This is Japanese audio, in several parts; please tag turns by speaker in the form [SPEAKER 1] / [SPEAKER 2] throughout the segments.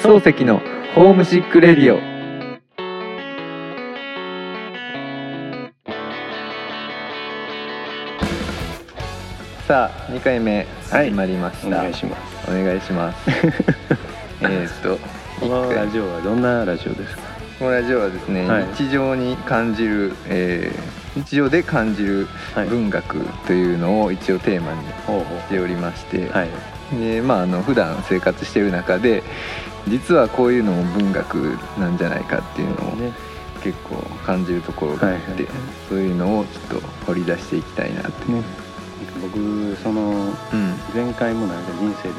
[SPEAKER 1] 漱石のホームシックレディオさあ2回目
[SPEAKER 2] は
[SPEAKER 1] 始
[SPEAKER 2] い
[SPEAKER 1] まりました、
[SPEAKER 2] お願いします
[SPEAKER 1] お願いします えーっと
[SPEAKER 2] このラジオはどんなラジオですか
[SPEAKER 1] このラジオはですね、
[SPEAKER 2] はい
[SPEAKER 1] 日常に感じる、えー日常で感じる
[SPEAKER 2] はい
[SPEAKER 1] 文学というのを一応テーマに
[SPEAKER 2] ほうほ
[SPEAKER 1] しておりまして、
[SPEAKER 2] はい
[SPEAKER 1] でまああの普段生活してる中で実はこういうのも文学なんじゃないかっていうのを
[SPEAKER 2] ね
[SPEAKER 1] 結構感じるところがあって、
[SPEAKER 2] はいはい
[SPEAKER 1] そういうのをちょっと掘り出していきたいなって、
[SPEAKER 2] ね僕その
[SPEAKER 1] うん、
[SPEAKER 2] 前回もなんか人生で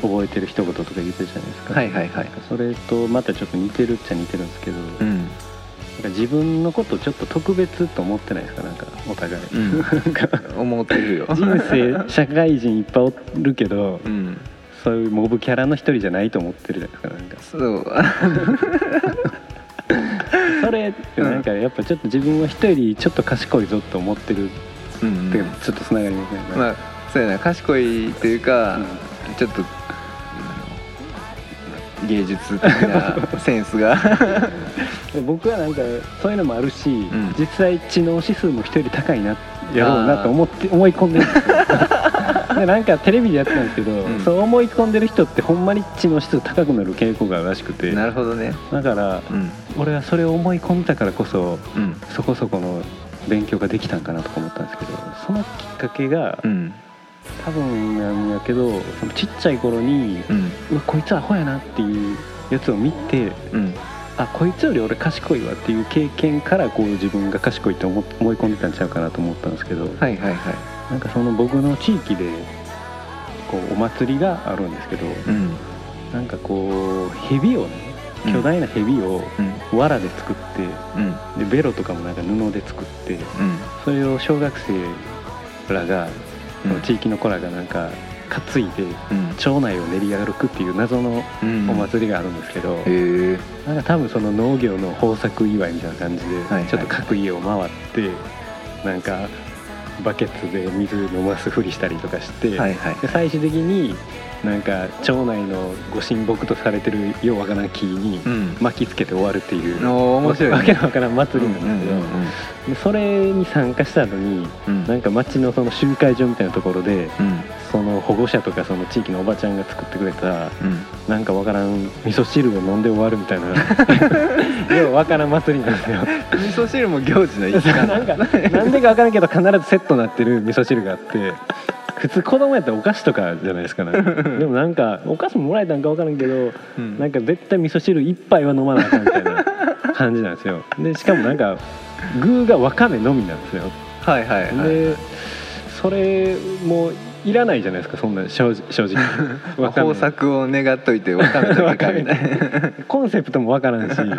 [SPEAKER 2] 覚えてる一言とか言ってたじゃないですか
[SPEAKER 1] はいはいはい
[SPEAKER 2] それとまたちょっと似てるっちゃ似てるんですけど、
[SPEAKER 1] う
[SPEAKER 2] なん
[SPEAKER 1] ん
[SPEAKER 2] か自分のことちょっと特別と思ってないですかなんかお互い、
[SPEAKER 1] うん
[SPEAKER 2] なんか
[SPEAKER 1] 思ってるよ
[SPEAKER 2] 人生社会人いっぱいおるけど
[SPEAKER 1] うん
[SPEAKER 2] そういうモブキャラの一人じゃないと思ってるじゃないですかなんか
[SPEAKER 1] そう
[SPEAKER 2] それってなんかやっぱちょっと自分は一人よりちょっと賢いぞと思ってる
[SPEAKER 1] うん
[SPEAKER 2] っていうのちょっとつながりますね、
[SPEAKER 1] まあそうやな賢いというか、
[SPEAKER 2] うん
[SPEAKER 1] ちょっとうん芸術的なセンス が
[SPEAKER 2] 僕はなんかそういうのもあるし、
[SPEAKER 1] ん
[SPEAKER 2] 実際知能指数も人より高いなやろうなと思って思い込んでるんですよ でなんかテレビでやってたんですけど、
[SPEAKER 1] ん
[SPEAKER 2] そう思い込んでる人ってほんまに知能指数高くなる傾向があるらしくて
[SPEAKER 1] な
[SPEAKER 2] だ
[SPEAKER 1] るほどね
[SPEAKER 2] から
[SPEAKER 1] うん
[SPEAKER 2] 俺はそれを思い込んだからこそ
[SPEAKER 1] うん
[SPEAKER 2] そこそこの勉強ができたんかなとか思ったんですけどそのきっかけが、
[SPEAKER 1] うん
[SPEAKER 2] 多分なんやけどそのちっちゃい頃に、
[SPEAKER 1] うん
[SPEAKER 2] うわこいつアホやなっていうやつを見て
[SPEAKER 1] うん
[SPEAKER 2] あこいつより俺賢いわっていう経験からこう自分が賢いって思思い込んでたんちゃうかなと思ったんですけど、
[SPEAKER 1] はいはいはい
[SPEAKER 2] なんかその僕の地域でこうお祭りがあるんですけど
[SPEAKER 1] うん
[SPEAKER 2] なんかこう蛇をね巨大な蛇を
[SPEAKER 1] うん
[SPEAKER 2] 藁で作って
[SPEAKER 1] うん
[SPEAKER 2] でベロとかもなんか布で作って
[SPEAKER 1] うん
[SPEAKER 2] それを小学生らが、
[SPEAKER 1] うん
[SPEAKER 2] その地域の子らがなんか担いで
[SPEAKER 1] うん
[SPEAKER 2] 町内を練り歩くっていう謎の
[SPEAKER 1] うん
[SPEAKER 2] お祭りがあるんですけど、
[SPEAKER 1] へえ
[SPEAKER 2] なんか多分その農業の豊作祝いみたいな感じで、
[SPEAKER 1] はいはい
[SPEAKER 2] ちょっと各家を回ってなんかバケツで水飲ますふりしたりとかして、
[SPEAKER 1] はいはい
[SPEAKER 2] で最終的になんか町内のご神木とされてるようわからん木に
[SPEAKER 1] うん
[SPEAKER 2] 巻きつけて終わるっていう、
[SPEAKER 1] おー面白いね
[SPEAKER 2] わけのわからん祭
[SPEAKER 1] う
[SPEAKER 2] り
[SPEAKER 1] ん
[SPEAKER 2] な
[SPEAKER 1] うん
[SPEAKER 2] ですけど、
[SPEAKER 1] ん
[SPEAKER 2] でそれに参加した後に
[SPEAKER 1] うん
[SPEAKER 2] なんか町のその集会所みたいなところで
[SPEAKER 1] うん
[SPEAKER 2] その保護者とかその地域のおばちゃんが作ってくれた
[SPEAKER 1] うん
[SPEAKER 2] なんかわからん味噌汁を飲んで終わるみた いなようわからん祭りなんですよ
[SPEAKER 1] 味噌汁も行事の一環
[SPEAKER 2] なんかなんでかわからんけど必ずセットになってる味噌汁があって普通子供やったらお菓子とかじゃないですかねでもなんかお菓子ももらえたんかわからんけど
[SPEAKER 1] うん
[SPEAKER 2] なんか絶対味噌汁一杯は飲まなあかんみたいな感じなんですよでしかもなんか具がわかめのみなんですよ
[SPEAKER 1] はいはいはい
[SPEAKER 2] でそれもいらないじゃないですかそんな正直 正直わかめ
[SPEAKER 1] 豊作を願っといてわかめとかみたいな
[SPEAKER 2] コンセプトもわからん しなん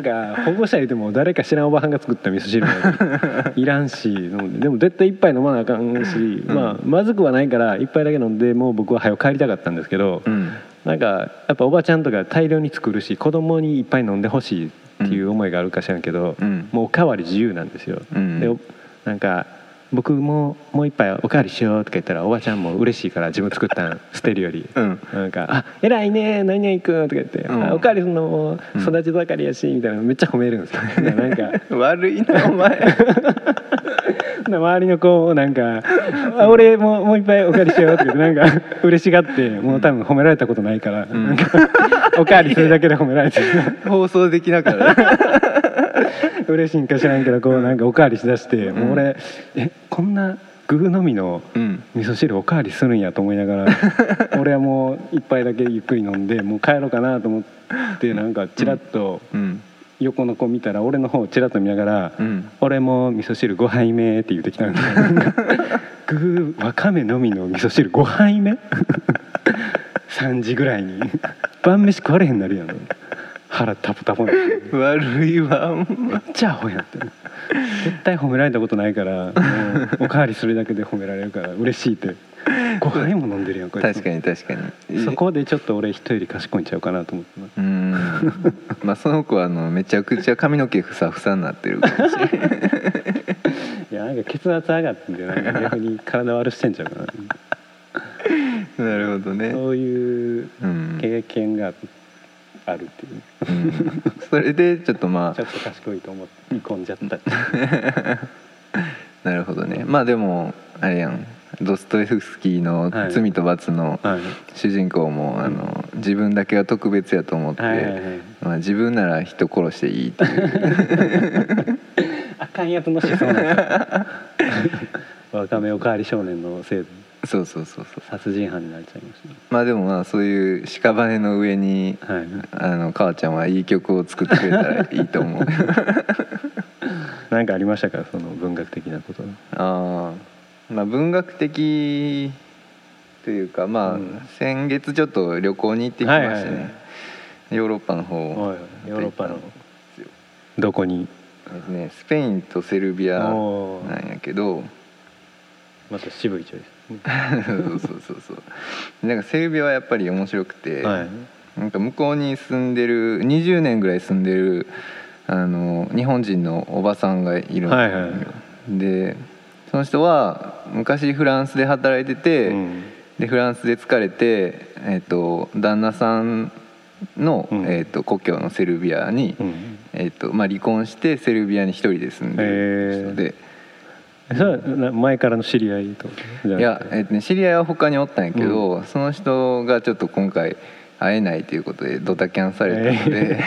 [SPEAKER 2] か保護者いても誰か知らんおばはんが作った味噌汁はいらんしでも絶対一杯飲まなあかんし、まあ、まずくはないから一杯だけ飲んでもう僕は早く帰りたかったんですけど、
[SPEAKER 1] うん
[SPEAKER 2] なんかやっぱおばちゃんとか大量に作るし子供にいっぱい飲んでほしいっていう思いがあるか知らんけど、
[SPEAKER 1] うん
[SPEAKER 2] もうおかわり自由なんですよ。
[SPEAKER 1] うん
[SPEAKER 2] でおなんか僕ももう一杯おかわりしようとか言ったらおばちゃんも嬉しいから自分作ったん捨てるより、
[SPEAKER 1] うん
[SPEAKER 2] なんか「あ偉いね何々くん」とか言って「
[SPEAKER 1] うん
[SPEAKER 2] あおかわりするのも育ち盛りやし」みたいなめっちゃ褒めるん ですよ。なんか
[SPEAKER 1] 悪いなお前
[SPEAKER 2] 周りの子をなんか「あ俺ももういっぱいおかわりしよう」とか言ってなんか嬉しがってもう多分褒められたことないから、なんかおかわりするだけで褒められて
[SPEAKER 1] 放送できなから
[SPEAKER 2] 嬉しいんか知らんけどこうなんかおかわりしだして、もう俺えこんなグーのみの
[SPEAKER 1] うん
[SPEAKER 2] 味噌汁おかわりするんやと思いな がら俺はもう一杯だけゆっくり飲んでもう帰ろうかなと思ってなんかちらっと
[SPEAKER 1] うん
[SPEAKER 2] 横の子見たら俺の方をちらっと見ながら「
[SPEAKER 1] うん
[SPEAKER 2] 俺も味噌汁5杯目」って言ってき たんでグーわかめのみの味噌汁5杯目 3時ぐらいに晩飯食われへんなるやん腹タプタプになって。
[SPEAKER 1] 悪いわ
[SPEAKER 2] めっちゃアホやって絶対褒められたことないからもうおかわりするだけで褒められるから嬉しいって5杯も飲んでるやんこいつ
[SPEAKER 1] 確かに確かに
[SPEAKER 2] そこでちょっと俺人より賢いんちゃうかなと思ってます
[SPEAKER 1] うんまあその子はあのめちゃくちゃ髪の毛ふさふさになってるかもしれない
[SPEAKER 2] いやなんか血圧上がってんでなんか逆に体悪してんちゃうかな
[SPEAKER 1] なるほどね、
[SPEAKER 2] そういう
[SPEAKER 1] うん
[SPEAKER 2] 経験があるっていう
[SPEAKER 1] うんそれでちょっとま
[SPEAKER 2] ちょっと賢いと思い込んじゃった
[SPEAKER 1] あなるほどねまあでもあれやんドストエフスキーの「
[SPEAKER 2] はい
[SPEAKER 1] 罪と罰」の
[SPEAKER 2] はい
[SPEAKER 1] 主人公も、あの自分だけは特別やと思って、
[SPEAKER 2] はいはいはい
[SPEAKER 1] まあ、自分なら人殺していいっていう
[SPEAKER 2] あかんやつの思想なんですよわかめおかわり少年のせいで
[SPEAKER 1] そうそうそうそう
[SPEAKER 2] 殺人犯になっちゃいまし
[SPEAKER 1] まあでもまあそういう屍の上に
[SPEAKER 2] たねはい
[SPEAKER 1] あの母ちゃんはいい曲を作ってくれたらいいと思う
[SPEAKER 2] なんかありましたかその文学的なこと
[SPEAKER 1] あーまあ文学的というかまあ、
[SPEAKER 2] うん
[SPEAKER 1] 先月ちょっと旅行に行ってきましたね、
[SPEAKER 2] はいはいはい
[SPEAKER 1] ヨーロッパの方
[SPEAKER 2] はいヨーロッパのどこに
[SPEAKER 1] ですねスペインとセルビアな
[SPEAKER 2] おー
[SPEAKER 1] んやけど
[SPEAKER 2] また渋いチョイ
[SPEAKER 1] そうそうそうそうなんかセルビアはやっぱり面白くて、
[SPEAKER 2] スはい
[SPEAKER 1] なんか向こうに住んでる20年ぐらい住んでるあの日本人のおばさんがいるんよ
[SPEAKER 2] はいはい
[SPEAKER 1] でその人は昔フランスで働いてて、
[SPEAKER 2] うん
[SPEAKER 1] でフランスで疲れて、えっと旦那さんの、
[SPEAKER 2] うん
[SPEAKER 1] えっと故郷のセルビアに、
[SPEAKER 2] うん
[SPEAKER 1] えっとまあ、離婚してセルビアに一人で住んでる人で。
[SPEAKER 2] それはな前からの知り合いとかじゃ
[SPEAKER 1] い
[SPEAKER 2] な
[SPEAKER 1] や
[SPEAKER 2] く、て
[SPEAKER 1] えっとね、知り合いは他におったんやけど、その人がちょっと今回会えないということでドタキャンされたので、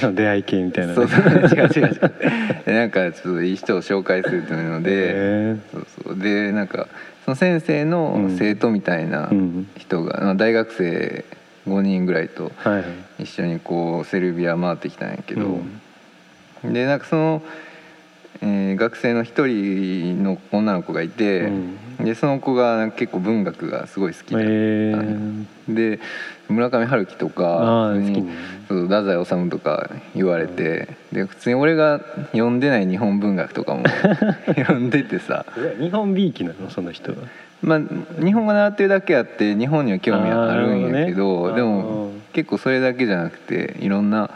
[SPEAKER 2] その出会い系みたい な
[SPEAKER 1] そうそう違う違う違うでなんかちょっといい人を紹介するというので、
[SPEAKER 2] へ
[SPEAKER 1] そうそうでなんかその先生の生徒みたいな
[SPEAKER 2] ーうん
[SPEAKER 1] 人が、まあ大学生5人ぐらいと
[SPEAKER 2] はいはい
[SPEAKER 1] 一緒にこうセルビア回ってきたんやけど、
[SPEAKER 2] うん
[SPEAKER 1] でなんかその、えー学生の一人の女の子がいて、
[SPEAKER 2] う
[SPEAKER 1] でその子が結構文学がすごい好き
[SPEAKER 2] え
[SPEAKER 1] で,、
[SPEAKER 2] ー
[SPEAKER 1] で村上春樹と
[SPEAKER 2] あ
[SPEAKER 1] か
[SPEAKER 2] あ
[SPEAKER 1] 普
[SPEAKER 2] 好
[SPEAKER 1] 通
[SPEAKER 2] き
[SPEAKER 1] に
[SPEAKER 2] ね
[SPEAKER 1] そう太宰治とか言われて、で普通に俺が読んでない日本文学とかも 読んでてさ、
[SPEAKER 2] うわ日本びいきなのその人は
[SPEAKER 1] まあ、日本語習ってるだけあって日本には興味あるんやけど
[SPEAKER 2] あーなるほどね
[SPEAKER 1] でも
[SPEAKER 2] あー
[SPEAKER 1] 結構それだけじゃなくていろんな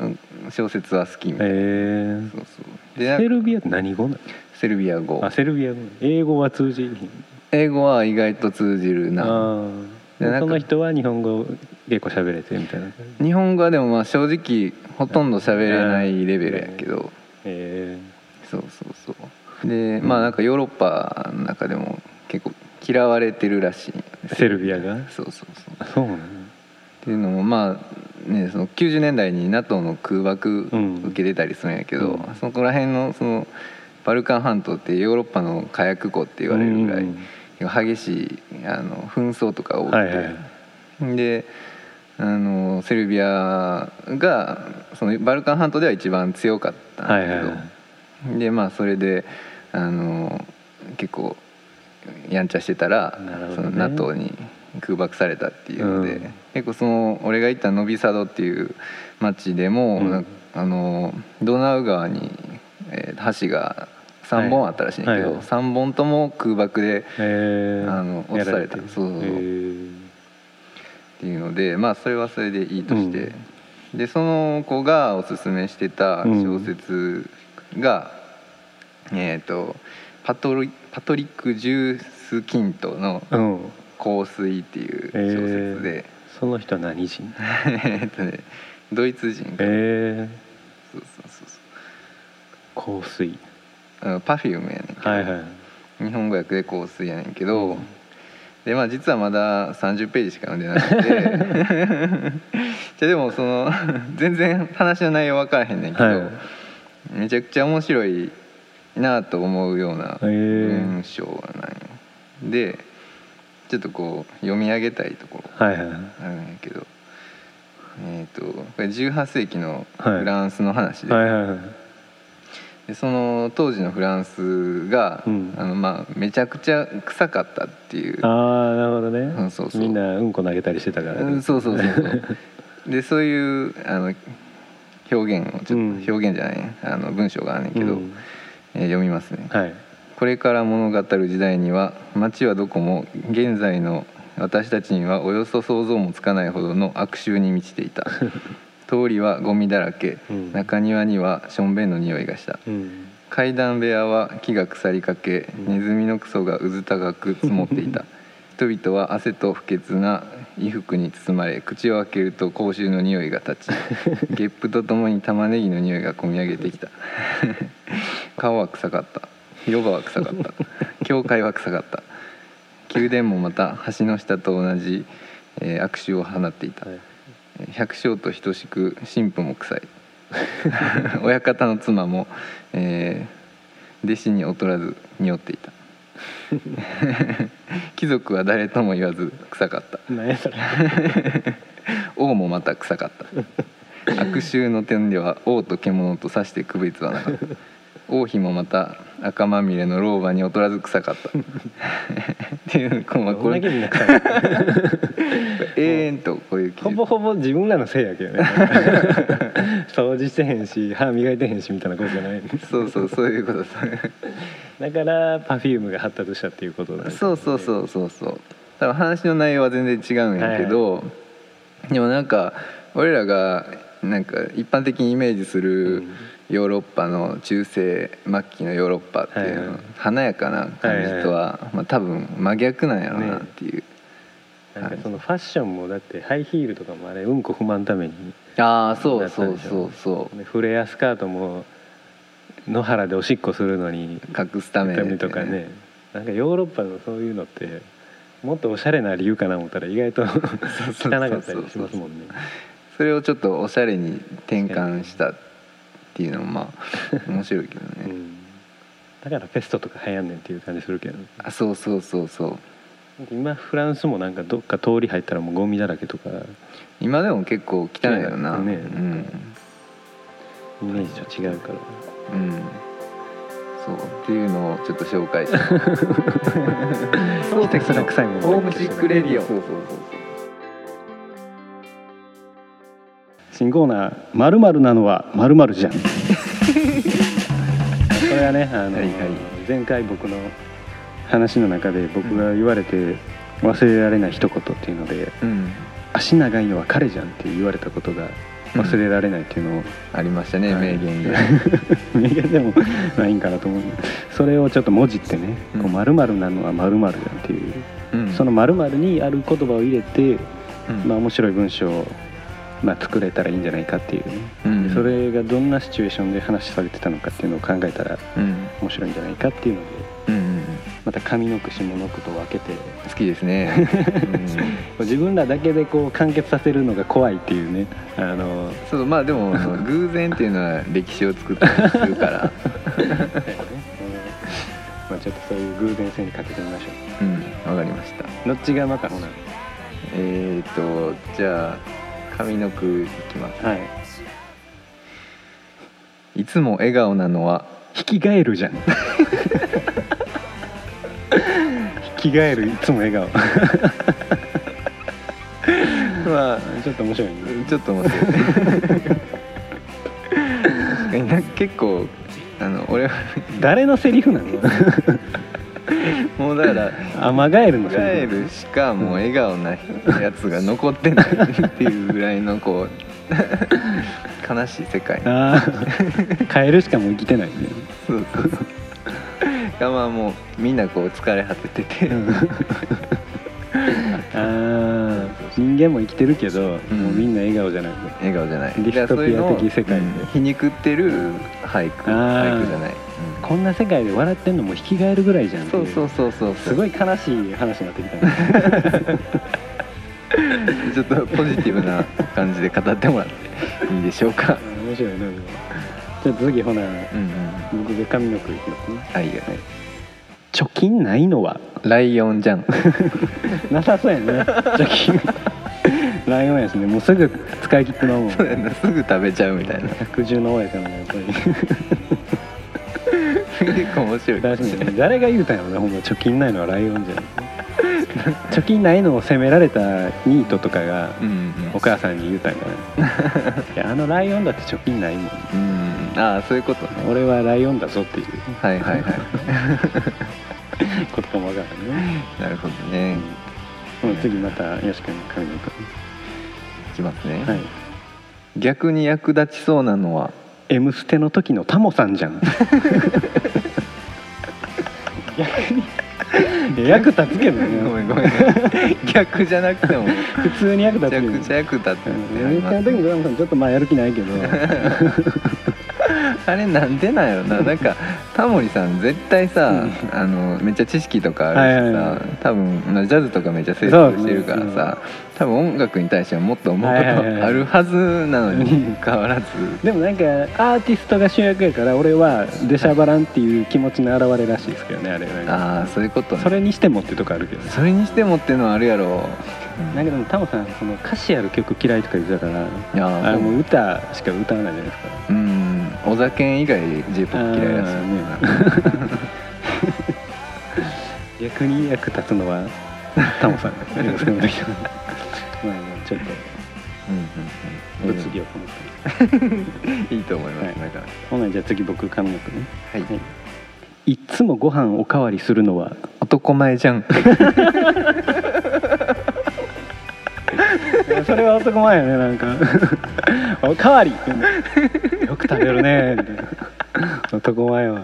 [SPEAKER 1] うん小説は好きみたいな。
[SPEAKER 2] えー
[SPEAKER 1] そうそうでなん
[SPEAKER 2] セ
[SPEAKER 1] か
[SPEAKER 2] ルビアって何語な
[SPEAKER 1] セルビア語
[SPEAKER 2] のあセルビア語英語は通じひん
[SPEAKER 1] 英語は意外と通じる
[SPEAKER 2] あ
[SPEAKER 1] な
[SPEAKER 2] ー
[SPEAKER 1] でなんか
[SPEAKER 2] その人は日本語結構喋れてみたいな
[SPEAKER 1] 日本語はでもまあ正直ほとんど喋れないレベルやけど
[SPEAKER 2] え
[SPEAKER 1] そうそうそうでまあなんかヨーロッパの中でも結構嫌われてるらしいんです
[SPEAKER 2] ーセルビアが
[SPEAKER 1] そうそうそう
[SPEAKER 2] あそうなの
[SPEAKER 1] っていうのもまあねその90年代に NATO の空爆
[SPEAKER 2] うん
[SPEAKER 1] 受けてたりするんやけど、
[SPEAKER 2] うん
[SPEAKER 1] そこら辺のそのバルカン半島ってヨーロッパの火薬庫って言われるぐらい
[SPEAKER 2] うん
[SPEAKER 1] 激しいあの紛争とかが多くて、
[SPEAKER 2] はいはい
[SPEAKER 1] であのセルビアがそのバルカン半島では一番強かったん
[SPEAKER 2] は
[SPEAKER 1] だ
[SPEAKER 2] い
[SPEAKER 1] け
[SPEAKER 2] は
[SPEAKER 1] ど、
[SPEAKER 2] いはい
[SPEAKER 1] でまあそれであの結構やんちゃしてたら、
[SPEAKER 2] なるほどね
[SPEAKER 1] その NATO に空爆されたっていうので、
[SPEAKER 2] うん
[SPEAKER 1] 結構その俺が行ったノビサドっていう町でも、
[SPEAKER 2] うん
[SPEAKER 1] なんかあのドナウ川に、えー橋が3本あったらしいんだけど、
[SPEAKER 2] はいはい
[SPEAKER 1] 3本とも空爆で
[SPEAKER 2] えー
[SPEAKER 1] あの落とされた
[SPEAKER 2] やらて
[SPEAKER 1] そうそうそう
[SPEAKER 2] えー
[SPEAKER 1] っていうのでまあそれはそれでいいとして、でその子がおすすめしてた小説が、えっ、とパトリ「パトリック・ジュース・キントの
[SPEAKER 2] うん
[SPEAKER 1] 香水」っていう小説で、
[SPEAKER 2] その人は何人
[SPEAKER 1] えっとねドイツ人が、
[SPEAKER 2] え
[SPEAKER 1] そうそうそうそ
[SPEAKER 2] ー、香水
[SPEAKER 1] うあのパフュームやねんけど、
[SPEAKER 2] はいはい
[SPEAKER 1] 日本語訳で香水やねんけど、でまあ実はまだ30ページしか読んでなく てじゃあでもその全然話の内容分からへんねんけど、
[SPEAKER 2] はい
[SPEAKER 1] めちゃくちゃ面白いなと思うような
[SPEAKER 2] へー
[SPEAKER 1] 文章なんよ、でちょっとこう読み上げたいところ
[SPEAKER 2] はいはいはい
[SPEAKER 1] あるんやけどえっ、とこれ18世紀の
[SPEAKER 2] はい
[SPEAKER 1] フランスの話で,、
[SPEAKER 2] はいはい
[SPEAKER 1] でその当時のフランスが、
[SPEAKER 2] うん
[SPEAKER 1] あのまあ、めちゃくちゃ臭かったっていう
[SPEAKER 2] ああなるほどね、
[SPEAKER 1] うんそうそう
[SPEAKER 2] みんなうんこ投げたりしてたから、
[SPEAKER 1] うん、そうそうそうそうでそういうあの表現をちょっと、
[SPEAKER 2] うん
[SPEAKER 1] 表現じゃないあの文章があるねんけど、
[SPEAKER 2] うん
[SPEAKER 1] えー読みますね、
[SPEAKER 2] はい
[SPEAKER 1] これから物語る時代には街はどこも現在の私たちにはおよそ想像もつかないほどの悪臭に満ちてい た通りはゴミだらけ、
[SPEAKER 2] うん
[SPEAKER 1] 中庭にはしょんべんの匂いがした
[SPEAKER 2] うん
[SPEAKER 1] 階段部屋は木が腐りかけネズミのクソがうず高く積もっていた人々は汗と不潔な衣服に包まれ口を開けると口臭の匂いが立ちゲップとともに玉ねぎの匂いがこみ上げてきた 顔は臭かった広場は臭かった教会は臭かった宮殿もまた橋の下と同じ、えー悪臭を放っていた、
[SPEAKER 2] はい
[SPEAKER 1] 百姓と等しく神父も臭い 親方の妻も、えー弟子に劣らず匂っていた 貴族は誰とも言わず臭かった
[SPEAKER 2] 何やそれ
[SPEAKER 1] 王もまた臭かった悪臭の点では王と獣とさして区別はなかった王妃もまた赤まみれの老婆に劣らず臭かった っていうこうこ
[SPEAKER 2] 同
[SPEAKER 1] れ
[SPEAKER 2] じになっちゃう
[SPEAKER 1] 永遠とこういう記
[SPEAKER 2] ほ
[SPEAKER 1] 述
[SPEAKER 2] ぼほぼ自分らのせいやけ どね掃除してへんし歯磨いてへんしみたいなことじゃない
[SPEAKER 1] そうそうそういうことそういう
[SPEAKER 2] だからパフュームが発達したっていうことなんです
[SPEAKER 1] そうそうそうそうそう多分話の内容は全然違うんやけど、でもなんか俺らがなんか一般的にイメージするヨーロッパの中世末期のヨーロッパっていうの、
[SPEAKER 2] はいはい
[SPEAKER 1] 華やかな感じとは、まあ、多分真逆なんやろうなっていう、
[SPEAKER 2] なんかそのファッションもだってハイヒールとかもあれうんこ踏まんために
[SPEAKER 1] ああそ
[SPEAKER 2] だ
[SPEAKER 1] う
[SPEAKER 2] った
[SPEAKER 1] そう
[SPEAKER 2] でし
[SPEAKER 1] そ
[SPEAKER 2] ょ
[SPEAKER 1] うそ
[SPEAKER 2] でフレアスカートも野原でおしっこするのに
[SPEAKER 1] う隠すため
[SPEAKER 2] 痛みとかねなんかヨーロッパのそういうのってもっとおしゃれな理由かな思ったら意外と
[SPEAKER 1] そうそう
[SPEAKER 2] 汚かったりしますもんね
[SPEAKER 1] それをちょっとおしゃれに転換したっていうのもまあ面白いけどね、
[SPEAKER 2] うんだからペストとか流行んねんっていう感じするけど
[SPEAKER 1] あそうそうそうそう
[SPEAKER 2] 今フランスもなんかどっか通り入ったらもうゴミだらけとか
[SPEAKER 1] 今でも結構汚いよな、
[SPEAKER 2] ね
[SPEAKER 1] うん、
[SPEAKER 2] イメージと違うから
[SPEAKER 1] うん、そうっていうのをちょっと紹 介した
[SPEAKER 2] そうですね臭いもん
[SPEAKER 1] ホームシックレディオそうそう
[SPEAKER 2] 新コーナー「まるなのはまる じゃん」これはねあ
[SPEAKER 1] は
[SPEAKER 2] の、
[SPEAKER 1] いはい
[SPEAKER 2] 前回僕の話の中で僕が言われて忘れられない一言っていうので
[SPEAKER 1] そう、うん、
[SPEAKER 2] 「足長いのは彼じゃん」って言われたことが忘れられないっていうのを、
[SPEAKER 1] ありましたね、
[SPEAKER 2] は
[SPEAKER 1] 名
[SPEAKER 2] い
[SPEAKER 1] 言 で
[SPEAKER 2] 名言でもないんかなと思うそれをちょっと文字ってね「
[SPEAKER 1] うん
[SPEAKER 2] こう〇〇なのは〇〇じゃん」っていう、
[SPEAKER 1] うん
[SPEAKER 2] その〇〇にある言葉を入れて、
[SPEAKER 1] うん
[SPEAKER 2] まあ、面白い文章を、まあ、作れたらいいんじゃないかっていうね
[SPEAKER 1] うん
[SPEAKER 2] それがどんなシチュエーションで話されてたのかっていうのを考えたら
[SPEAKER 1] うん
[SPEAKER 2] 面白いんじゃないかっていうので
[SPEAKER 1] うんうん
[SPEAKER 2] また上の句下の句と分けて
[SPEAKER 1] 好きですね、 うん
[SPEAKER 2] 自分らだけでこう完結させるのが怖いっていうねあの
[SPEAKER 1] そうまあでも偶然っていうのは歴史を作ったりする から、
[SPEAKER 2] まあ、ちょっとそういう偶然性にかけてみましょ
[SPEAKER 1] うん、わかりました
[SPEAKER 2] うどっちがまかほな
[SPEAKER 1] えっ、とじゃあ上の句いきます
[SPEAKER 2] はい
[SPEAKER 1] いつも笑顔なのは
[SPEAKER 2] 引き返るじゃん引き返るいつも笑顔
[SPEAKER 1] まあ
[SPEAKER 2] ちょっと面白いね
[SPEAKER 1] ちょっと面白い確かになんか結構あの俺は
[SPEAKER 2] 誰のセリフなの
[SPEAKER 1] もうだから
[SPEAKER 2] アマガエルのセリフ
[SPEAKER 1] 帰るしかもう笑顔なやつが残ってないっていうぐらいのこう悲しい世界
[SPEAKER 2] ああカエルしかもう生きてないね
[SPEAKER 1] そうそうそうがまあもうみんなこう疲れ果ててて、
[SPEAKER 2] ああ人間も生きてるけど、
[SPEAKER 1] うん
[SPEAKER 2] もうみんな笑顔じゃなくて
[SPEAKER 1] 笑顔じゃない
[SPEAKER 2] ディストピア的世
[SPEAKER 1] だ
[SPEAKER 2] 界で
[SPEAKER 1] からそういうのをうん皮肉ってる俳句
[SPEAKER 2] あー
[SPEAKER 1] 俳句じゃない、
[SPEAKER 2] こんな世界で笑ってんのも引き返るぐらいじゃ
[SPEAKER 1] うんん
[SPEAKER 2] ってい
[SPEAKER 1] そううそうそうそう
[SPEAKER 2] すご
[SPEAKER 1] い
[SPEAKER 2] い悲しい話になってきたね
[SPEAKER 1] ちょっとポジティブな感じで語ってもらっていいでしょうか
[SPEAKER 2] 面白いなじゃあ次ほな
[SPEAKER 1] うんうん
[SPEAKER 2] 僕が髪の毛いきますね
[SPEAKER 1] はいはい
[SPEAKER 2] 貯金ないのは
[SPEAKER 1] ライオンじゃん
[SPEAKER 2] なさそうやね貯金ライオンやしねもうすぐ使い切ってまうもん
[SPEAKER 1] すぐ食べちゃうみたいな
[SPEAKER 2] 百獣の王やからねやっぱり
[SPEAKER 1] 結構面白い
[SPEAKER 2] 確かに誰が言うたんやろねほんま貯金ないのはライオンじゃない貯金ないのを責められたニートとかが
[SPEAKER 1] うん
[SPEAKER 2] お母さんに言うたんかないやあのライオンだって貯金ないもん
[SPEAKER 1] うん、うん、ああそういうことね
[SPEAKER 2] 俺はライオンだぞっていう
[SPEAKER 1] はいはいはい
[SPEAKER 2] ことかもわからないね、
[SPEAKER 1] なるほどね
[SPEAKER 2] うん、次また吉君の髪の
[SPEAKER 1] いきますね、
[SPEAKER 2] 毛はい
[SPEAKER 1] 逆に役立ちそうなのは
[SPEAKER 2] 「M ステ」の時のタモさんじゃん逆にいや役立つけど
[SPEAKER 1] ご
[SPEAKER 2] ね
[SPEAKER 1] めんご めん逆じゃなくてもめ
[SPEAKER 2] 普通に役立
[SPEAKER 1] ち
[SPEAKER 2] つけ
[SPEAKER 1] ゃ
[SPEAKER 2] ど
[SPEAKER 1] くちゃ役立ってるってあり
[SPEAKER 2] 言っ
[SPEAKER 1] ま
[SPEAKER 2] た
[SPEAKER 1] す
[SPEAKER 2] 時にグラムさんちょっとまあやる気ないけど
[SPEAKER 1] あれなんでなんやろ ななんかタモリさん絶対さあのめっちゃ知識とかあるし
[SPEAKER 2] はいはい
[SPEAKER 1] さ
[SPEAKER 2] は
[SPEAKER 1] 多分まあジャズとかめっちゃ精通してるから
[SPEAKER 2] そうですね
[SPEAKER 1] さ多分音楽に対してはもっと思うこと
[SPEAKER 2] はいはいはい
[SPEAKER 1] あるはずなの
[SPEAKER 2] うん
[SPEAKER 1] に変わらず
[SPEAKER 2] でもなんかアーティストが主役やから俺は出しゃばらんっていう気持ちの表れらしいですけどねあれなんか
[SPEAKER 1] ああそういうことね
[SPEAKER 2] それにしてもってとこあるけど
[SPEAKER 1] それにしてもっていうのはあるやろ
[SPEAKER 2] なんかでもタモさんその歌詞ある曲嫌いとか言ってたか
[SPEAKER 1] い
[SPEAKER 2] ら
[SPEAKER 1] や
[SPEAKER 2] あ
[SPEAKER 1] ーそ
[SPEAKER 2] れ
[SPEAKER 1] う
[SPEAKER 2] もう歌しか歌わないじゃないですか
[SPEAKER 1] うんお酒以外 j p o p 嫌いだしい
[SPEAKER 2] あ逆に役立つのは タモさ んまあちょっ
[SPEAKER 1] うんう
[SPEAKER 2] と
[SPEAKER 1] んうん
[SPEAKER 2] 物議を込めて、
[SPEAKER 1] いいと思います、
[SPEAKER 2] はい
[SPEAKER 1] なんか
[SPEAKER 2] ほなじゃあ次僕髪の毛ね
[SPEAKER 1] はい、
[SPEAKER 2] はいいっつもご飯おかわりするのは
[SPEAKER 1] 男前じゃ ん
[SPEAKER 2] それは男前やね なんかおかわりよく食べるねみたい な男前は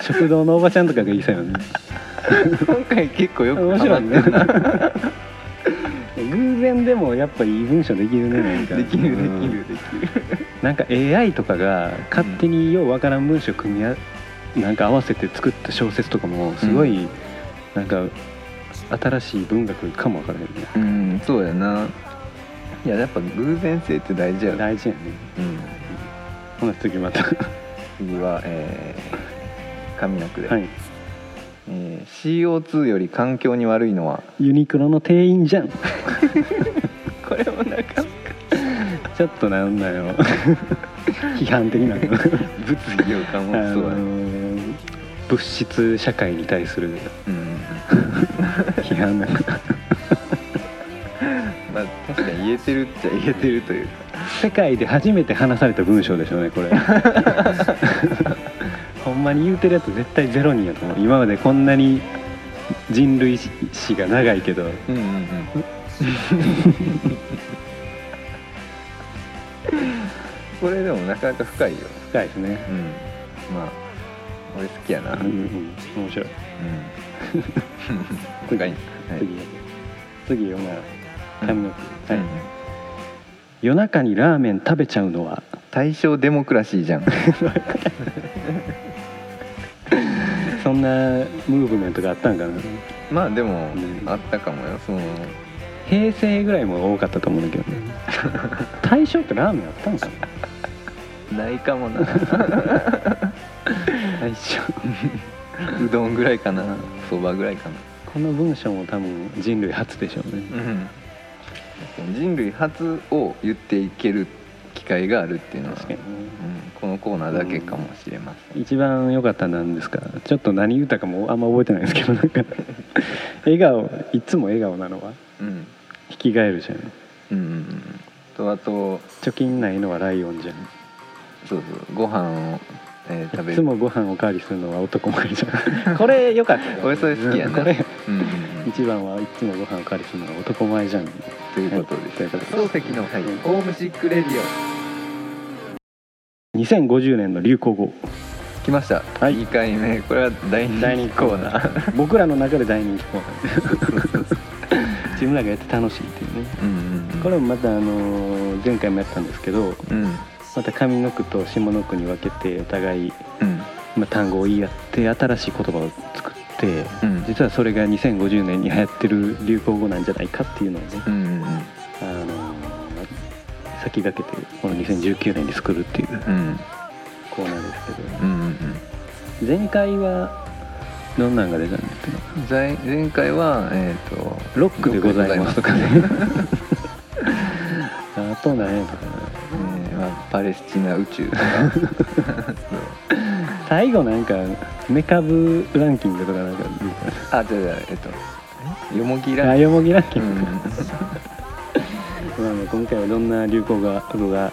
[SPEAKER 2] 食堂のおばちゃんとかがいいさよね
[SPEAKER 1] 今回結構よく
[SPEAKER 2] 面
[SPEAKER 1] ハマ
[SPEAKER 2] 白
[SPEAKER 1] っ
[SPEAKER 2] い
[SPEAKER 1] て
[SPEAKER 2] ね
[SPEAKER 1] るな
[SPEAKER 2] 偶然でもやっぱいい文章できるねなんか
[SPEAKER 1] できるで
[SPEAKER 2] うん
[SPEAKER 1] きるできる
[SPEAKER 2] なんか AI とかが勝手にようわからん文章組み合なんか合わせて作った小説とかもすごい、なんか新しい文学かもわからへんね
[SPEAKER 1] うんそうやないややっぱ偶然性って大事やろ、
[SPEAKER 2] 大事やね
[SPEAKER 1] うん、
[SPEAKER 2] ほな次または
[SPEAKER 1] 次はえー、上の句で、
[SPEAKER 2] い
[SPEAKER 1] えー CO2 より環境に悪いのは
[SPEAKER 2] ユニクロの店員じゃ ん
[SPEAKER 1] これもなんか
[SPEAKER 2] ちょっとなんだよ 批判的な
[SPEAKER 1] 物議を
[SPEAKER 2] あ
[SPEAKER 1] 醸しそうやね
[SPEAKER 2] の物質社会に対する
[SPEAKER 1] うん
[SPEAKER 2] 批判なんか
[SPEAKER 1] まあ確かに言えてるっちゃ言えてるというか
[SPEAKER 2] 世界で初めて話された文章でしょうねこ れほんまに言うてるやつ絶対ゼロ人やと思う今までこんなに人類史が長いけど
[SPEAKER 1] うんうんうんこれでもなかなか深いよ
[SPEAKER 2] 深いですね
[SPEAKER 1] うんまあ俺好きやな、
[SPEAKER 2] うんうん面白い
[SPEAKER 1] うん。深い。はい
[SPEAKER 2] 次次よな髪の毛、
[SPEAKER 1] う
[SPEAKER 2] は
[SPEAKER 1] ん
[SPEAKER 2] い、夜中にラーメン食べちゃうのは
[SPEAKER 1] 大正デモクラシーじゃん。
[SPEAKER 2] そんなムーブメントがあったんかな
[SPEAKER 1] まあでも
[SPEAKER 2] うん
[SPEAKER 1] あったかもよ。その
[SPEAKER 2] 平成ぐらいも多かったと思うんだけどね大正ってラーメンあったんかな
[SPEAKER 1] ないか もな。大正。うどんぐらいかな。そばぐらいかな。
[SPEAKER 2] この文章も多分人類初でしょうね
[SPEAKER 1] うん。人類初を言っていける機会があるっていうのは、
[SPEAKER 2] 確かにね
[SPEAKER 1] うん、このコーナーだけかもしれません。
[SPEAKER 2] 一番良かったのは何ですかちょっと何言ったかもあんま覚えてないですけどなんか笑顔いつも笑顔なのは
[SPEAKER 1] うん。
[SPEAKER 2] 引き返るじゃん
[SPEAKER 1] うんうんうん。とあと
[SPEAKER 2] 貯金ないのはライオンじゃん
[SPEAKER 1] そうそうご飯を、えー食べ
[SPEAKER 2] い
[SPEAKER 1] る
[SPEAKER 2] つ。もご飯おかわりするのは男前じ ゃんこれ良かったよ
[SPEAKER 1] 俺それ好きやな
[SPEAKER 2] これ
[SPEAKER 1] うんうんうん
[SPEAKER 2] 一番はいつもご飯おかわりするのは男前じゃん
[SPEAKER 1] ということです。
[SPEAKER 2] はいということ
[SPEAKER 1] 漱石の、はい、ホームシックレディオ。
[SPEAKER 2] 2050年の流行語
[SPEAKER 1] 来ました。
[SPEAKER 2] はい
[SPEAKER 1] 2回目、これは第二
[SPEAKER 2] 第二
[SPEAKER 1] コーナー。
[SPEAKER 2] 僕らの中で大人気コーナー自分らがやって楽しいっていうね
[SPEAKER 1] うんうんうん
[SPEAKER 2] これもまたあのー前回もやったんですけど
[SPEAKER 1] うんうん
[SPEAKER 2] また上の句と下の句に分けてお互い、まあ、単語を言い合って新しい言葉を作って
[SPEAKER 1] うん
[SPEAKER 2] 実はそれが2050年に流行ってる流行語なんじゃないかっていうのをね、
[SPEAKER 1] うんうん
[SPEAKER 2] あのー先駆けてこの2019年に作るっていう
[SPEAKER 1] うん
[SPEAKER 2] コーナーです
[SPEAKER 1] うんうん
[SPEAKER 2] けど前回はどんなんが出たんですか
[SPEAKER 1] うん。前前回はえっ、と
[SPEAKER 2] ロックでございますとかね
[SPEAKER 1] ロックでございます
[SPEAKER 2] あと何やったか
[SPEAKER 1] えーまあパレスチナ宇 宙とか。
[SPEAKER 2] な最後なんかメカブランキングとかなんか
[SPEAKER 1] あ、じゃじゃえっ、とよもぎ
[SPEAKER 2] あ
[SPEAKER 1] ライ
[SPEAKER 2] よもぎランキ
[SPEAKER 1] ブ。うんう
[SPEAKER 2] ン
[SPEAKER 1] ん
[SPEAKER 2] グ、まあまあ今回はどんな流行が語が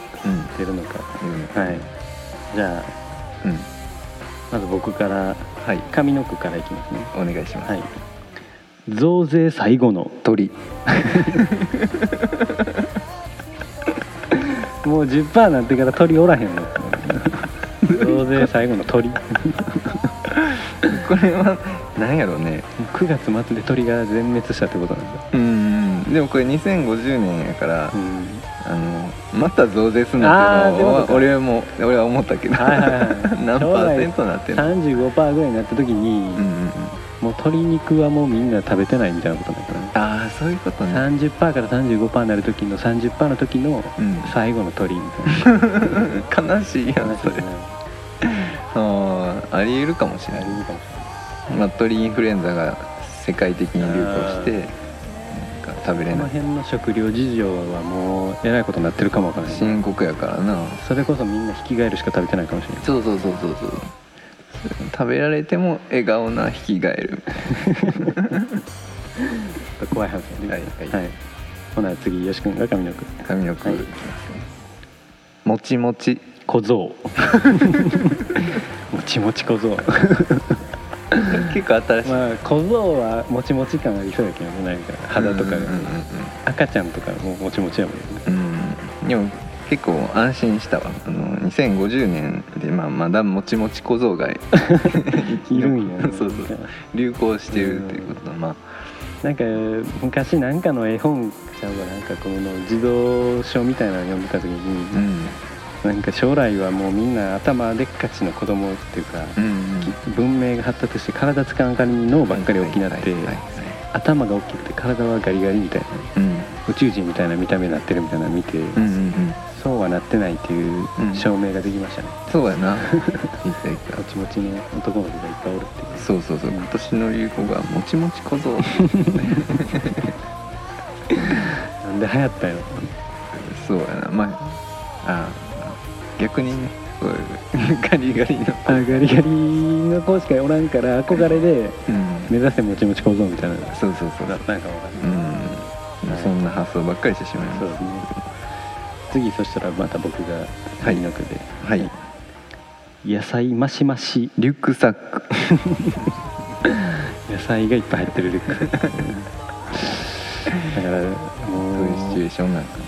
[SPEAKER 2] 出るのか
[SPEAKER 1] うん
[SPEAKER 2] はいじゃあ
[SPEAKER 1] うん
[SPEAKER 2] まず僕か
[SPEAKER 1] は
[SPEAKER 2] ら
[SPEAKER 1] い
[SPEAKER 2] 上の句からいきますね
[SPEAKER 1] お願いします。
[SPEAKER 2] はい増税最後の
[SPEAKER 1] 鳥。
[SPEAKER 2] もう10%なってから鳥おらへんの 増税最後の鳥
[SPEAKER 1] これはなんやろうね
[SPEAKER 2] 9月末で鳥が全滅したってことなんだ、
[SPEAKER 1] うんでもこれ2050年やから、
[SPEAKER 2] うん、
[SPEAKER 1] あのまた増税すんなっていうの
[SPEAKER 2] あーそういうこと
[SPEAKER 1] は
[SPEAKER 2] か
[SPEAKER 1] 俺も俺は思ったけど、
[SPEAKER 2] はいはいは
[SPEAKER 1] 何
[SPEAKER 2] い
[SPEAKER 1] パーセントなってんの
[SPEAKER 2] 35%ぐらいになった時に、
[SPEAKER 1] うんうんうん
[SPEAKER 2] もう鶏肉はもうみんな食べてないみたいなことになったね
[SPEAKER 1] ああそういうことね、
[SPEAKER 2] 30%から35%になる時の30%の時の
[SPEAKER 1] うん、
[SPEAKER 2] 最後の鳥みたいな
[SPEAKER 1] 悲しいやん
[SPEAKER 2] 話
[SPEAKER 1] そ
[SPEAKER 2] に
[SPEAKER 1] れ
[SPEAKER 2] なる
[SPEAKER 1] あーありえるかもしれ
[SPEAKER 2] な
[SPEAKER 1] な
[SPEAKER 2] る
[SPEAKER 1] い、
[SPEAKER 2] かもし
[SPEAKER 1] まあ、鳥インフルエンザが世界的に流行してなんか食べ
[SPEAKER 2] れな
[SPEAKER 1] れない
[SPEAKER 2] いこの辺の食料事情はもうえらいことになってるかもわからない
[SPEAKER 1] 深刻やからな
[SPEAKER 2] それこそみんな引き返るしか食べてないかもしれない
[SPEAKER 1] そうそうそうそうそう食べられても笑顔なヒキガエル
[SPEAKER 2] ちょっと怖い話だね
[SPEAKER 1] はいはい
[SPEAKER 2] ほな次よし君が髪の毛
[SPEAKER 1] 髪の毛、
[SPEAKER 2] はい
[SPEAKER 1] もちもち
[SPEAKER 2] 小 僧もちもち小僧
[SPEAKER 1] 結構新しい、
[SPEAKER 2] まあ小僧はもちもち感ありそうやけどねなんか肌とかが、
[SPEAKER 1] うんうん
[SPEAKER 2] 赤ちゃんとかももちもちやもん
[SPEAKER 1] うん
[SPEAKER 2] ね
[SPEAKER 1] うんうんでも結構安心したわあの2050年で、まあ、まだもちもち小僧がい
[SPEAKER 2] いるんや
[SPEAKER 1] そうそう流行してるっていうことはまあ
[SPEAKER 2] なんか昔なんかの絵本ちゃうわなんかこの児童書みたいなの読んでた時
[SPEAKER 1] う
[SPEAKER 2] に、
[SPEAKER 1] ん
[SPEAKER 2] なんか将来はもうみんな頭でっかちの子供っていうか、
[SPEAKER 1] うんうん
[SPEAKER 2] 文明が発達して体使わんかりに脳ばっかり大きなって、
[SPEAKER 1] はいはいはい
[SPEAKER 2] 頭が大きくて体はガリガリみたい
[SPEAKER 1] う
[SPEAKER 2] な
[SPEAKER 1] ん
[SPEAKER 2] 宇宙人みたいな見た目になってるみたいなの見て、
[SPEAKER 1] うんうんうん
[SPEAKER 2] そうはなってないっていう
[SPEAKER 1] うん
[SPEAKER 2] 証明ができましたね、
[SPEAKER 1] そうやな言いたいか
[SPEAKER 2] もちもちの男の子がいっぱいおるっていう
[SPEAKER 1] そうそうそう今年の流行がもちもち小僧
[SPEAKER 2] なんで流行ったよ
[SPEAKER 1] そうやなまああ逆にねこういうガリガリの
[SPEAKER 2] あガリガリの子しかおらんから憧れで
[SPEAKER 1] うん
[SPEAKER 2] 目指せもちもち小僧みたいなな
[SPEAKER 1] そうそうそう
[SPEAKER 2] なんかわかん
[SPEAKER 1] う
[SPEAKER 2] ない、
[SPEAKER 1] んそんな発想ばっかりしてしまい
[SPEAKER 2] そう
[SPEAKER 1] ま
[SPEAKER 2] ですね次そしたらまた僕が髪の毛で、
[SPEAKER 1] すはい
[SPEAKER 2] 野菜マシマシ
[SPEAKER 1] リュックサック
[SPEAKER 2] 野菜がいっぱい入ってるリュックだから
[SPEAKER 1] そういうシチュ
[SPEAKER 2] もう、
[SPEAKER 1] エ
[SPEAKER 2] ね、
[SPEAKER 1] ーションなんかな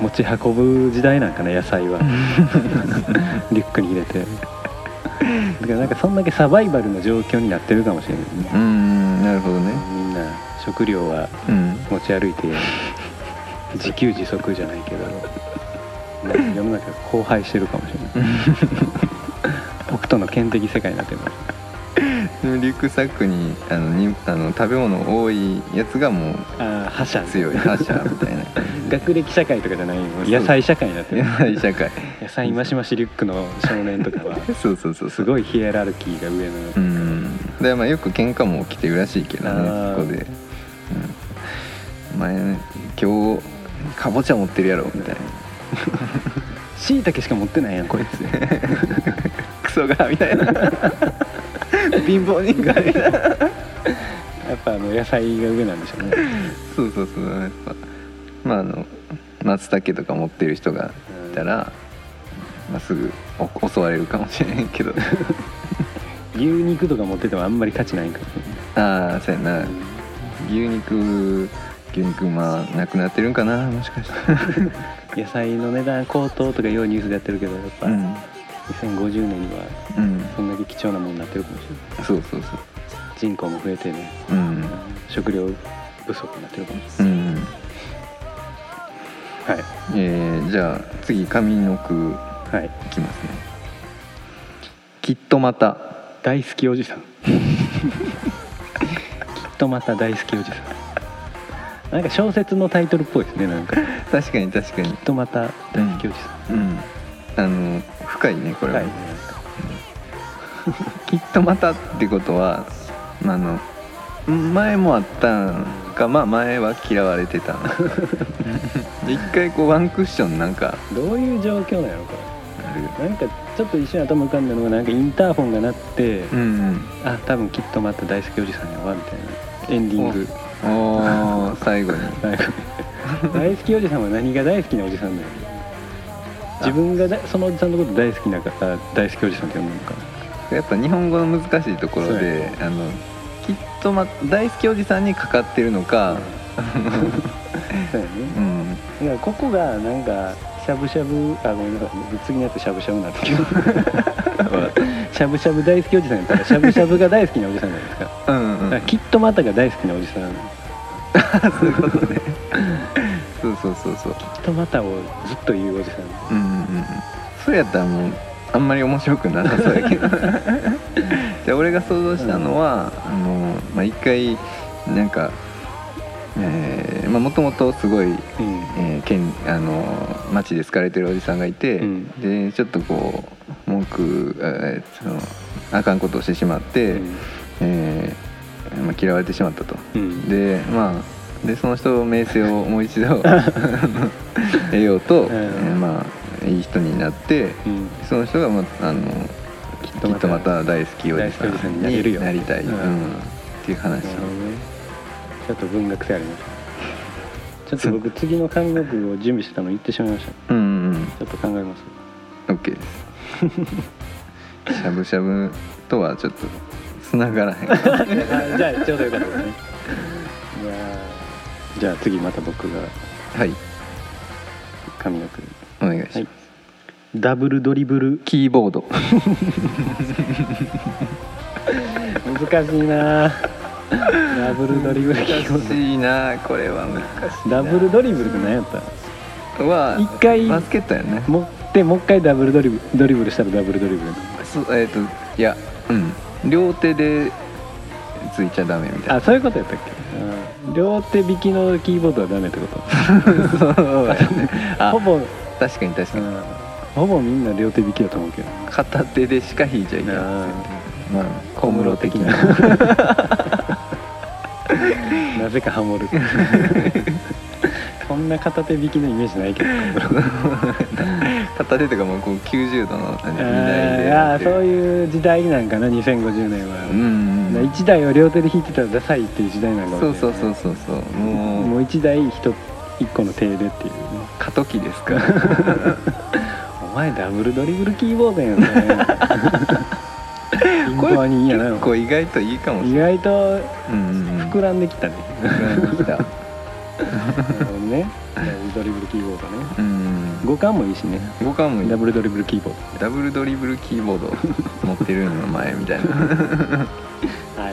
[SPEAKER 2] 持ち運ぶ時代なんかな野菜は リュックに入れてだからなんかそんだけサバイバルの状況になってるかもしれないね
[SPEAKER 1] うんなるほどね
[SPEAKER 2] みんな食料は
[SPEAKER 1] うん
[SPEAKER 2] 持ち歩いて自給自足じゃないけどなんか世の中が荒廃してるかもしれ ない北斗の天敵世界になってます
[SPEAKER 1] でもリュックサックにあのにあの食べ物多いやつがもう
[SPEAKER 2] ああ覇者
[SPEAKER 1] 強い覇者みたいな
[SPEAKER 2] 学歴社会とかじゃないもう野菜社会になってる
[SPEAKER 1] やばい社会
[SPEAKER 2] 野菜マシマシリュックの少年とかは
[SPEAKER 1] そうそうそう
[SPEAKER 2] す
[SPEAKER 1] い
[SPEAKER 2] ごいヒエラルキーが上の、
[SPEAKER 1] うんでまあよく喧嘩も起きてるらしいけど
[SPEAKER 2] あ
[SPEAKER 1] ね
[SPEAKER 2] ー
[SPEAKER 1] そこで、うん、前ね今日かぼちゃ持ってるやろみたいな
[SPEAKER 2] しいたけしか持ってないやん こいつ
[SPEAKER 1] クソがみたいな貧乏人がみたいな
[SPEAKER 2] やっぱあの野菜が上なんでしょうね
[SPEAKER 1] そうそうそうやっぱまああの松茸とか持ってる人がいたら、まあ、すぐお襲われるかもしれへん けど
[SPEAKER 2] 牛肉とか持っててもあんまり価値ないんからね、
[SPEAKER 1] ああそうやな牛肉牛肉まあなくなってるんかなもしかして、
[SPEAKER 2] 野菜の値段高騰とかようニュースでやってるけどやっぱ、
[SPEAKER 1] うん
[SPEAKER 2] 2050年には
[SPEAKER 1] うん
[SPEAKER 2] そんだけ貴重なものになってるかもしれない
[SPEAKER 1] そうそうそう
[SPEAKER 2] 人口も増えてね
[SPEAKER 1] うん
[SPEAKER 2] 食料不足になってるかもし
[SPEAKER 1] うん
[SPEAKER 2] れない
[SPEAKER 1] えー、じゃあ次上の句
[SPEAKER 2] はい、はい、
[SPEAKER 1] いきますねきっとまた
[SPEAKER 2] 大好きおじさん きっとまた大好きおじさんなんか小説のタイトルっぽいですねなんかきっ
[SPEAKER 1] 確かに確かに
[SPEAKER 2] とまた大好きおじさ
[SPEAKER 1] うんあの深いねこ
[SPEAKER 2] ん、
[SPEAKER 1] れは、
[SPEAKER 2] はい
[SPEAKER 1] きっとまたってことはまああの前もあったんかまあ前は嫌われてたん かで一回こうワンクッションなんか
[SPEAKER 2] どういう状況なのか
[SPEAKER 1] ある
[SPEAKER 2] なんかちょっと一瞬頭浮かんだのがなんかインターホンが鳴って、
[SPEAKER 1] うん
[SPEAKER 2] あ多分きっとまた大好きおじさんやわみたいなエンディング
[SPEAKER 1] うんおー最後に
[SPEAKER 2] なんか 大好きおじさんは何が大好きなおじさんだよ自分がだそのおじさんのこと大好きなから大好きおじさんって呼ぶのか
[SPEAKER 1] やっぱ日本語の難しいところ
[SPEAKER 2] そうや
[SPEAKER 1] であのきっと、ま、大好きおじさんにかかってるのか、
[SPEAKER 2] そうやね
[SPEAKER 1] うん、
[SPEAKER 2] だからここが なんかしゃぶしゃぶあごめんなさいねぶっつぎになってしゃぶしゃぶになってきた
[SPEAKER 1] わかった
[SPEAKER 2] しゃぶしゃぶ大好きおじさんやったらしゃぶしゃぶが大好きなおじさんじゃないですかだ
[SPEAKER 1] うんうん
[SPEAKER 2] からきっとまたが大好きなおじさんきっ
[SPEAKER 1] そうそうそうそう
[SPEAKER 2] とまたをずっと言うおじさん
[SPEAKER 1] うんうんうんそれやったらもうあんまり面白くなさそうやけどで俺が想像したのは、あのまあ一回なんかえーまあもともとすごい、
[SPEAKER 2] うん
[SPEAKER 1] えー県あの街で好かれてるおじさんがいて、
[SPEAKER 2] うん
[SPEAKER 1] でちょっとこう文句、えーそのあかんことをしてしまって、えーまあ、嫌われてしまったと。
[SPEAKER 2] うん
[SPEAKER 1] でまあでその人の名声をもう一 度得ようと、
[SPEAKER 2] ん
[SPEAKER 1] えーまあいい人になって
[SPEAKER 2] うん
[SPEAKER 1] その人がまああのき
[SPEAKER 2] とまた
[SPEAKER 1] きっとまた大好きおじさ
[SPEAKER 2] 大好きおじさん
[SPEAKER 1] ん
[SPEAKER 2] になれる
[SPEAKER 1] に
[SPEAKER 2] よ
[SPEAKER 1] なりたい、
[SPEAKER 2] う
[SPEAKER 1] うんんっていう話
[SPEAKER 2] なるほどねちょっと文学性 ありますちょっと僕次の上の句を準備してたの言ってしまいました
[SPEAKER 1] うんうん
[SPEAKER 2] ちょっと考えます
[SPEAKER 1] うん OK ですしゃぶしゃぶとはちょっとつながら へんは
[SPEAKER 2] じゃあちょうどよかったですね いやーじゃあ次また僕が
[SPEAKER 1] い
[SPEAKER 2] 上の句
[SPEAKER 1] お願いします、
[SPEAKER 2] はいダブルドリブル
[SPEAKER 1] キーボード
[SPEAKER 2] 難しいな ダブルドリブル
[SPEAKER 1] 難しいなこれは難しいな
[SPEAKER 2] ダブルドリブルって何やった
[SPEAKER 1] は
[SPEAKER 2] 一回
[SPEAKER 1] バスケットやね
[SPEAKER 2] 持ってもう一回ダブルドリブドリブルしたらダブルドリブル
[SPEAKER 1] そうえっ、といやうん両手でついちゃダメみたい
[SPEAKER 2] あ
[SPEAKER 1] な
[SPEAKER 2] そういうことやったっけ、うん両手引きのキーボードはダメってこと
[SPEAKER 1] そう やねあ
[SPEAKER 2] ほぼ、うん
[SPEAKER 1] 確かに確かに
[SPEAKER 2] ほぼみんな両手引きだと思うけど
[SPEAKER 1] 片手でしか引いちゃいけない
[SPEAKER 2] なあ
[SPEAKER 1] まあ小室的な
[SPEAKER 2] なぜかハモるこんな片手引きのイメージない けど
[SPEAKER 1] 片手とかもうこう90度の何見ない
[SPEAKER 2] あ
[SPEAKER 1] で
[SPEAKER 2] ー
[SPEAKER 1] や
[SPEAKER 2] あ
[SPEAKER 1] っ
[SPEAKER 2] ー
[SPEAKER 1] てる
[SPEAKER 2] そういう時代なんかな2050年は、
[SPEAKER 1] うんうんうん
[SPEAKER 2] 1台を両手で弾いてたらダサいっていう時代なんかもしれ
[SPEAKER 1] そ
[SPEAKER 2] な
[SPEAKER 1] うそう
[SPEAKER 2] い
[SPEAKER 1] そうそうそう
[SPEAKER 2] も
[SPEAKER 1] もう
[SPEAKER 2] う1台 1, 個の手でっていうね
[SPEAKER 1] 過渡期ですから
[SPEAKER 2] お前ダブルドリブルキーボードやんね
[SPEAKER 1] こ
[SPEAKER 2] これにいいやな
[SPEAKER 1] 結構意外といいかもし
[SPEAKER 2] 意
[SPEAKER 1] れない
[SPEAKER 2] 外と
[SPEAKER 1] うんうんうん
[SPEAKER 2] 膨らんできたね、
[SPEAKER 1] 膨らんできた
[SPEAKER 2] なるほどねダブルドリブルキーボードね
[SPEAKER 1] うん
[SPEAKER 2] 五感もいいしね
[SPEAKER 1] 五感もいい
[SPEAKER 2] ダブルドリブルキーボー
[SPEAKER 1] ダブルドリブルキーボード持ってるの前みたいな
[SPEAKER 2] ドはい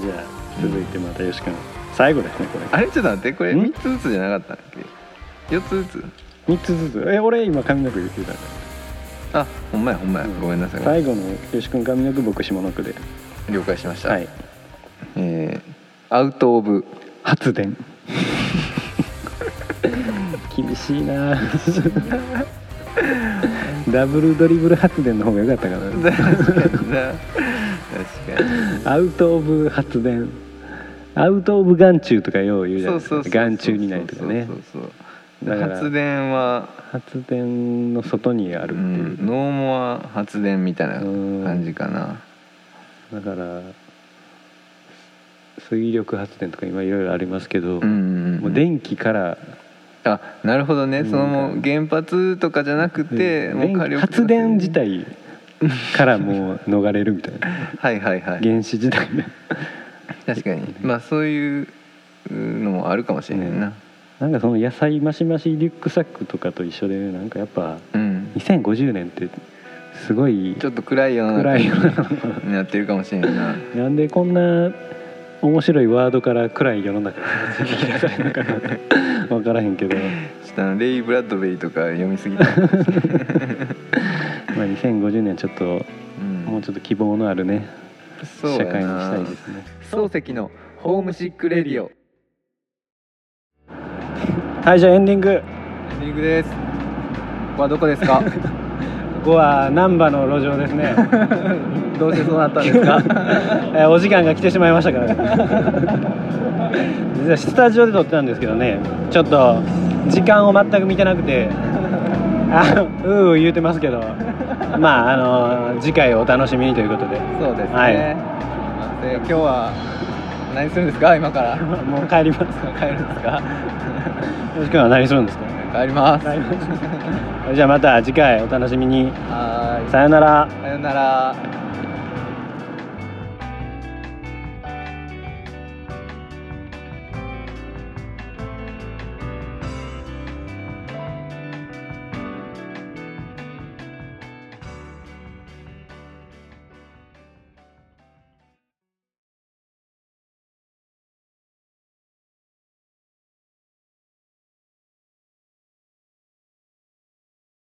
[SPEAKER 2] じゃあ続いてまたよし君最後ですねこ
[SPEAKER 1] あれちょっと待ってこれ
[SPEAKER 2] ん
[SPEAKER 1] 3つずつじゃなかったっけ4つずつ
[SPEAKER 2] れ3つずつえ俺今髪の毛言ってたか
[SPEAKER 1] あほんまやほんまや
[SPEAKER 2] うん
[SPEAKER 1] ごめんなさい
[SPEAKER 2] ら
[SPEAKER 1] ごめん
[SPEAKER 2] 最後のよし君髪の毛僕下の句で
[SPEAKER 1] 了解しました、
[SPEAKER 2] はい
[SPEAKER 1] えーアウト・オブ
[SPEAKER 2] 発電 厳しいな ダブルドリブル発電の方が良かったか な
[SPEAKER 1] 確かにな確か
[SPEAKER 2] アウト・オブ発電アウト・オブ眼中とかよう言う
[SPEAKER 1] に
[SPEAKER 2] じゃな
[SPEAKER 1] そ
[SPEAKER 2] いう
[SPEAKER 1] そう
[SPEAKER 2] で
[SPEAKER 1] そ
[SPEAKER 2] す
[SPEAKER 1] う
[SPEAKER 2] か眼中にないとかね
[SPEAKER 1] そうそうそう
[SPEAKER 2] だから
[SPEAKER 1] 発電は、
[SPEAKER 2] 発電の外にあ
[SPEAKER 1] う
[SPEAKER 2] るっていう、
[SPEAKER 1] ん、ノーモア発電みたいな感じかな
[SPEAKER 2] だから水力発電とか今いろいろありますけど、
[SPEAKER 1] うんうんん
[SPEAKER 2] もう電気から
[SPEAKER 1] あなるほどね、
[SPEAKER 2] うん
[SPEAKER 1] そのもう原発とかじゃなくて、もう火
[SPEAKER 2] 電
[SPEAKER 1] 力
[SPEAKER 2] 発電自体からもう逃れるみたいな
[SPEAKER 1] はいはいはい
[SPEAKER 2] 原子自体ね
[SPEAKER 1] 確かにまあそういうのもあるかもしれないな
[SPEAKER 2] なんかその野菜マシマシリュックサックとかと一緒でなんかやっぱ
[SPEAKER 1] うん、
[SPEAKER 2] 2050年ってすごい
[SPEAKER 1] ちょっと暗いような
[SPEAKER 2] 暗いよう
[SPEAKER 1] になってるかもしれない な
[SPEAKER 2] なんでこんな面白いワードから暗い世の中に導き出されるのかな分からへんけど、
[SPEAKER 1] ちょっとあのレイ・ブラッドベリーとか読みすぎた、
[SPEAKER 2] まあ、2050年ちょっと
[SPEAKER 1] うん
[SPEAKER 2] もうちょっと希望のあるね
[SPEAKER 1] そ
[SPEAKER 2] 社
[SPEAKER 1] う
[SPEAKER 2] 会
[SPEAKER 1] や
[SPEAKER 2] に
[SPEAKER 1] な
[SPEAKER 2] したいですね
[SPEAKER 1] 漱石のホームシックレディオ
[SPEAKER 2] はいじゃあエンディング
[SPEAKER 1] エンディングですここはどこです か
[SPEAKER 2] ここは難波の路上ですね、
[SPEAKER 1] どうしてそうなったんですか
[SPEAKER 2] えーお時間が来てしまいましたから 実はスタジオで撮ってたんですけどねちょっと時間を全く見てなくてあうう言うてますけどまああの次回をお楽しみにということで
[SPEAKER 1] そうですね、
[SPEAKER 2] はい
[SPEAKER 1] で今日は何するんですか今から
[SPEAKER 2] もう帰ります
[SPEAKER 1] 帰るんですか
[SPEAKER 2] よし君は何するんですか
[SPEAKER 1] 帰ります
[SPEAKER 2] 帰りますじゃあまた次回お楽しみに
[SPEAKER 1] はーい
[SPEAKER 2] さよなら
[SPEAKER 1] さよなら。